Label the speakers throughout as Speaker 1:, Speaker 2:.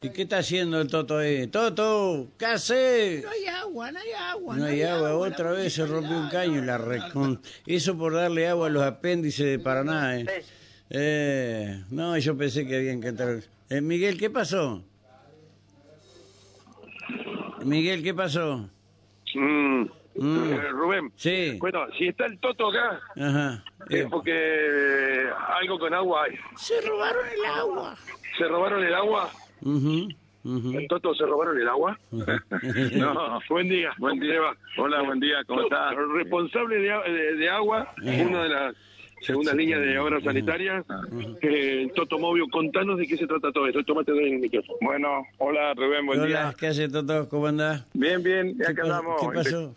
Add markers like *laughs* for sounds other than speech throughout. Speaker 1: ¿Y qué está haciendo el Toto ahí? ¡Toto! ¿Qué hace?
Speaker 2: No hay agua, no hay agua.
Speaker 1: No hay agua, otra vez se rompió un caño y la recon... Eso por darle agua a los apéndices de Paraná, ¿eh? Eh, no, yo pensé que habían que entrar. Eh, Miguel, ¿qué pasó? Miguel, ¿qué pasó?
Speaker 3: Mm,
Speaker 1: Mm.
Speaker 3: eh, Rubén.
Speaker 1: Sí.
Speaker 3: Bueno, si está el Toto acá,
Speaker 1: Ajá.
Speaker 3: es
Speaker 1: Eh,
Speaker 3: porque eh, algo con agua hay.
Speaker 2: Se robaron el agua.
Speaker 3: ¿Se robaron el agua?
Speaker 1: ujú, ujú.
Speaker 3: ¿El Toto se robaron el agua? *laughs* no. Buen día. Buen día. Hola, buen día. ¿Cómo estás? Responsable de, a- de- de agua, una de las segundas líneas de obras sanitarias. Eh, el Toto Movio, contanos de qué se trata todo esto. Tómate el micrófono. Bueno, hola Rubén,
Speaker 1: Hola, ¿qué hace Toto? ¿Cómo andás?
Speaker 3: Bien, bien,
Speaker 1: ¿Qué, pa- ¿Qué pasó?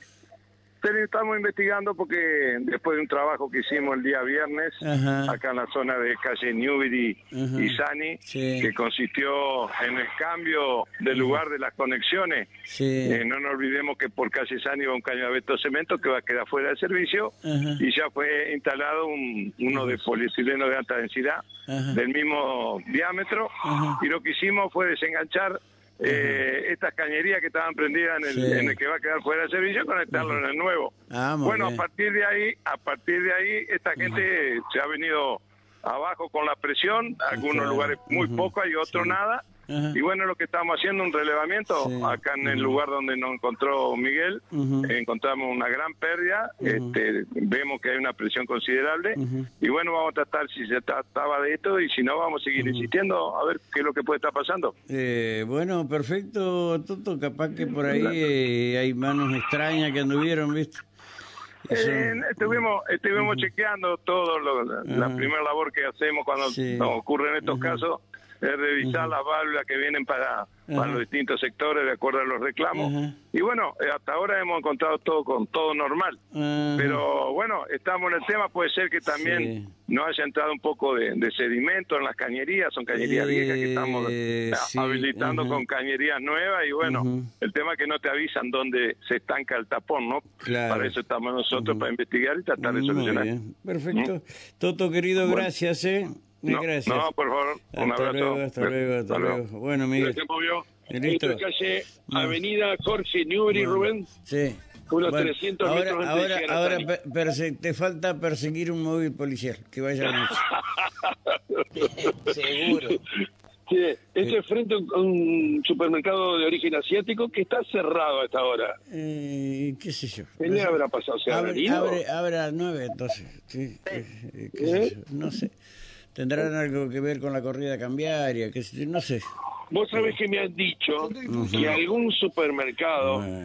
Speaker 3: Pero estamos investigando porque después de un trabajo que hicimos el día viernes,
Speaker 1: Ajá.
Speaker 3: acá en la zona de calle Newbery
Speaker 1: Ajá.
Speaker 3: y Sani,
Speaker 1: Sí.
Speaker 3: que consistió en el cambio del lugar de las conexiones.
Speaker 1: Sí.
Speaker 3: Eh, no nos olvidemos que por calle Sani va un caño de abeto cemento que va a quedar fuera de servicio
Speaker 1: Ajá.
Speaker 3: y ya fue instalado un- uno de polietileno de alta densidad
Speaker 1: Ajá.
Speaker 3: del mismo diámetro
Speaker 1: Ajá.
Speaker 3: y lo que hicimos fue desenganchar eh, estas cañerías que estaban prendidas en el,
Speaker 1: Sí.
Speaker 3: en el que va a quedar fuera de servicio y conectarlo en el nuevo.
Speaker 1: Ah, muy
Speaker 3: bueno,
Speaker 1: bien.
Speaker 3: a partir de ahí, a partir de ahí, esta gente se ha venido abajo con la presión, algunos
Speaker 1: Ah, claro.
Speaker 3: lugares muy
Speaker 1: Ujú.
Speaker 3: poco y otros
Speaker 1: Sí.
Speaker 3: nada.
Speaker 1: Ajá.
Speaker 3: Y bueno, lo que estamos haciendo un relevamiento
Speaker 1: Sí.
Speaker 3: acá en el lugar donde nos encontró Miguel,
Speaker 1: Ujú.
Speaker 3: eh, encontramos una gran pérdida, este, vemos que hay una presión considerable
Speaker 1: Ujú.
Speaker 3: y bueno, vamos a tratar si se trataba de esto y si no, vamos a seguir insistiendo a ver qué es lo que puede estar pasando.
Speaker 1: Eh, bueno, perfecto, Toto. Capaz que por ahí eh, hay manos extrañas que anduvieron, ¿viste? Eso-
Speaker 3: Eh, estuvimos estuvimos chequeando todo, lo- la-
Speaker 1: Ajá.
Speaker 3: la primera labor que hacemos cuando
Speaker 1: Sí.
Speaker 3: nos ocurren estos casos es revisar las válvulas que vienen para, para
Speaker 1: Ajá.
Speaker 3: los distintos sectores de acuerdo a los reclamos.
Speaker 1: Ajá.
Speaker 3: Y bueno, eh, hasta ahora hemos encontrado todo con todo normal.
Speaker 1: Ajá.
Speaker 3: Pero bueno, estamos en el tema, puede ser que también
Speaker 1: Sí.
Speaker 3: no haya entrado un poco de, de sedimento en las cañerías, son cañerías
Speaker 1: Eh,
Speaker 3: viejas que estamos eh,
Speaker 1: sí,
Speaker 3: habilitando
Speaker 1: ajá.
Speaker 3: con cañerías nuevas y bueno,
Speaker 1: Ujú.
Speaker 3: el tema es que no te avisan dónde se estanca el tapón, ¿no?
Speaker 1: Claro.
Speaker 3: Para eso estamos nosotros, para investigar y tratar de
Speaker 1: Muy
Speaker 3: solucionar. ¿Mm?
Speaker 1: bien, Perfecto. Toto, querido,
Speaker 3: Bueno.
Speaker 1: gracias, ¿eh?
Speaker 3: No,
Speaker 1: gracias.
Speaker 3: no, por favor, un
Speaker 1: Hasta
Speaker 3: abrazo.
Speaker 1: luego, hasta luego, hasta luego. Bueno, Miguel.
Speaker 3: Gracias, Fabio.
Speaker 1: Eh, listo.
Speaker 3: Esto es calle Avenida Jorge Newbery, Rubén.
Speaker 1: Sí.
Speaker 3: Unos 300
Speaker 1: ahora,
Speaker 3: metros antes de
Speaker 1: ahora,
Speaker 3: llegar a
Speaker 1: ahora
Speaker 3: Tani.
Speaker 1: per- perse- te falta perseguir un móvil policial que vaya a
Speaker 3: *laughs*
Speaker 4: Seguro.
Speaker 3: Sí, esto es frente a un, a un supermercado de origen asiático que está cerrado a esta hora.
Speaker 1: eh, ¿Qué sé yo?
Speaker 3: ¿Qué
Speaker 1: No
Speaker 3: le
Speaker 1: sé.
Speaker 3: habrá pasado? ¿Se habrá
Speaker 1: Abre,
Speaker 3: ido?
Speaker 1: abre, abre a 9, entonces. Sí, eh, qué sé yo, No sé. Tendrán algo que ver con la corrida cambiaria, que no sé.
Speaker 3: Vos sabés que me han dicho que algún supermercado
Speaker 1: Bueno.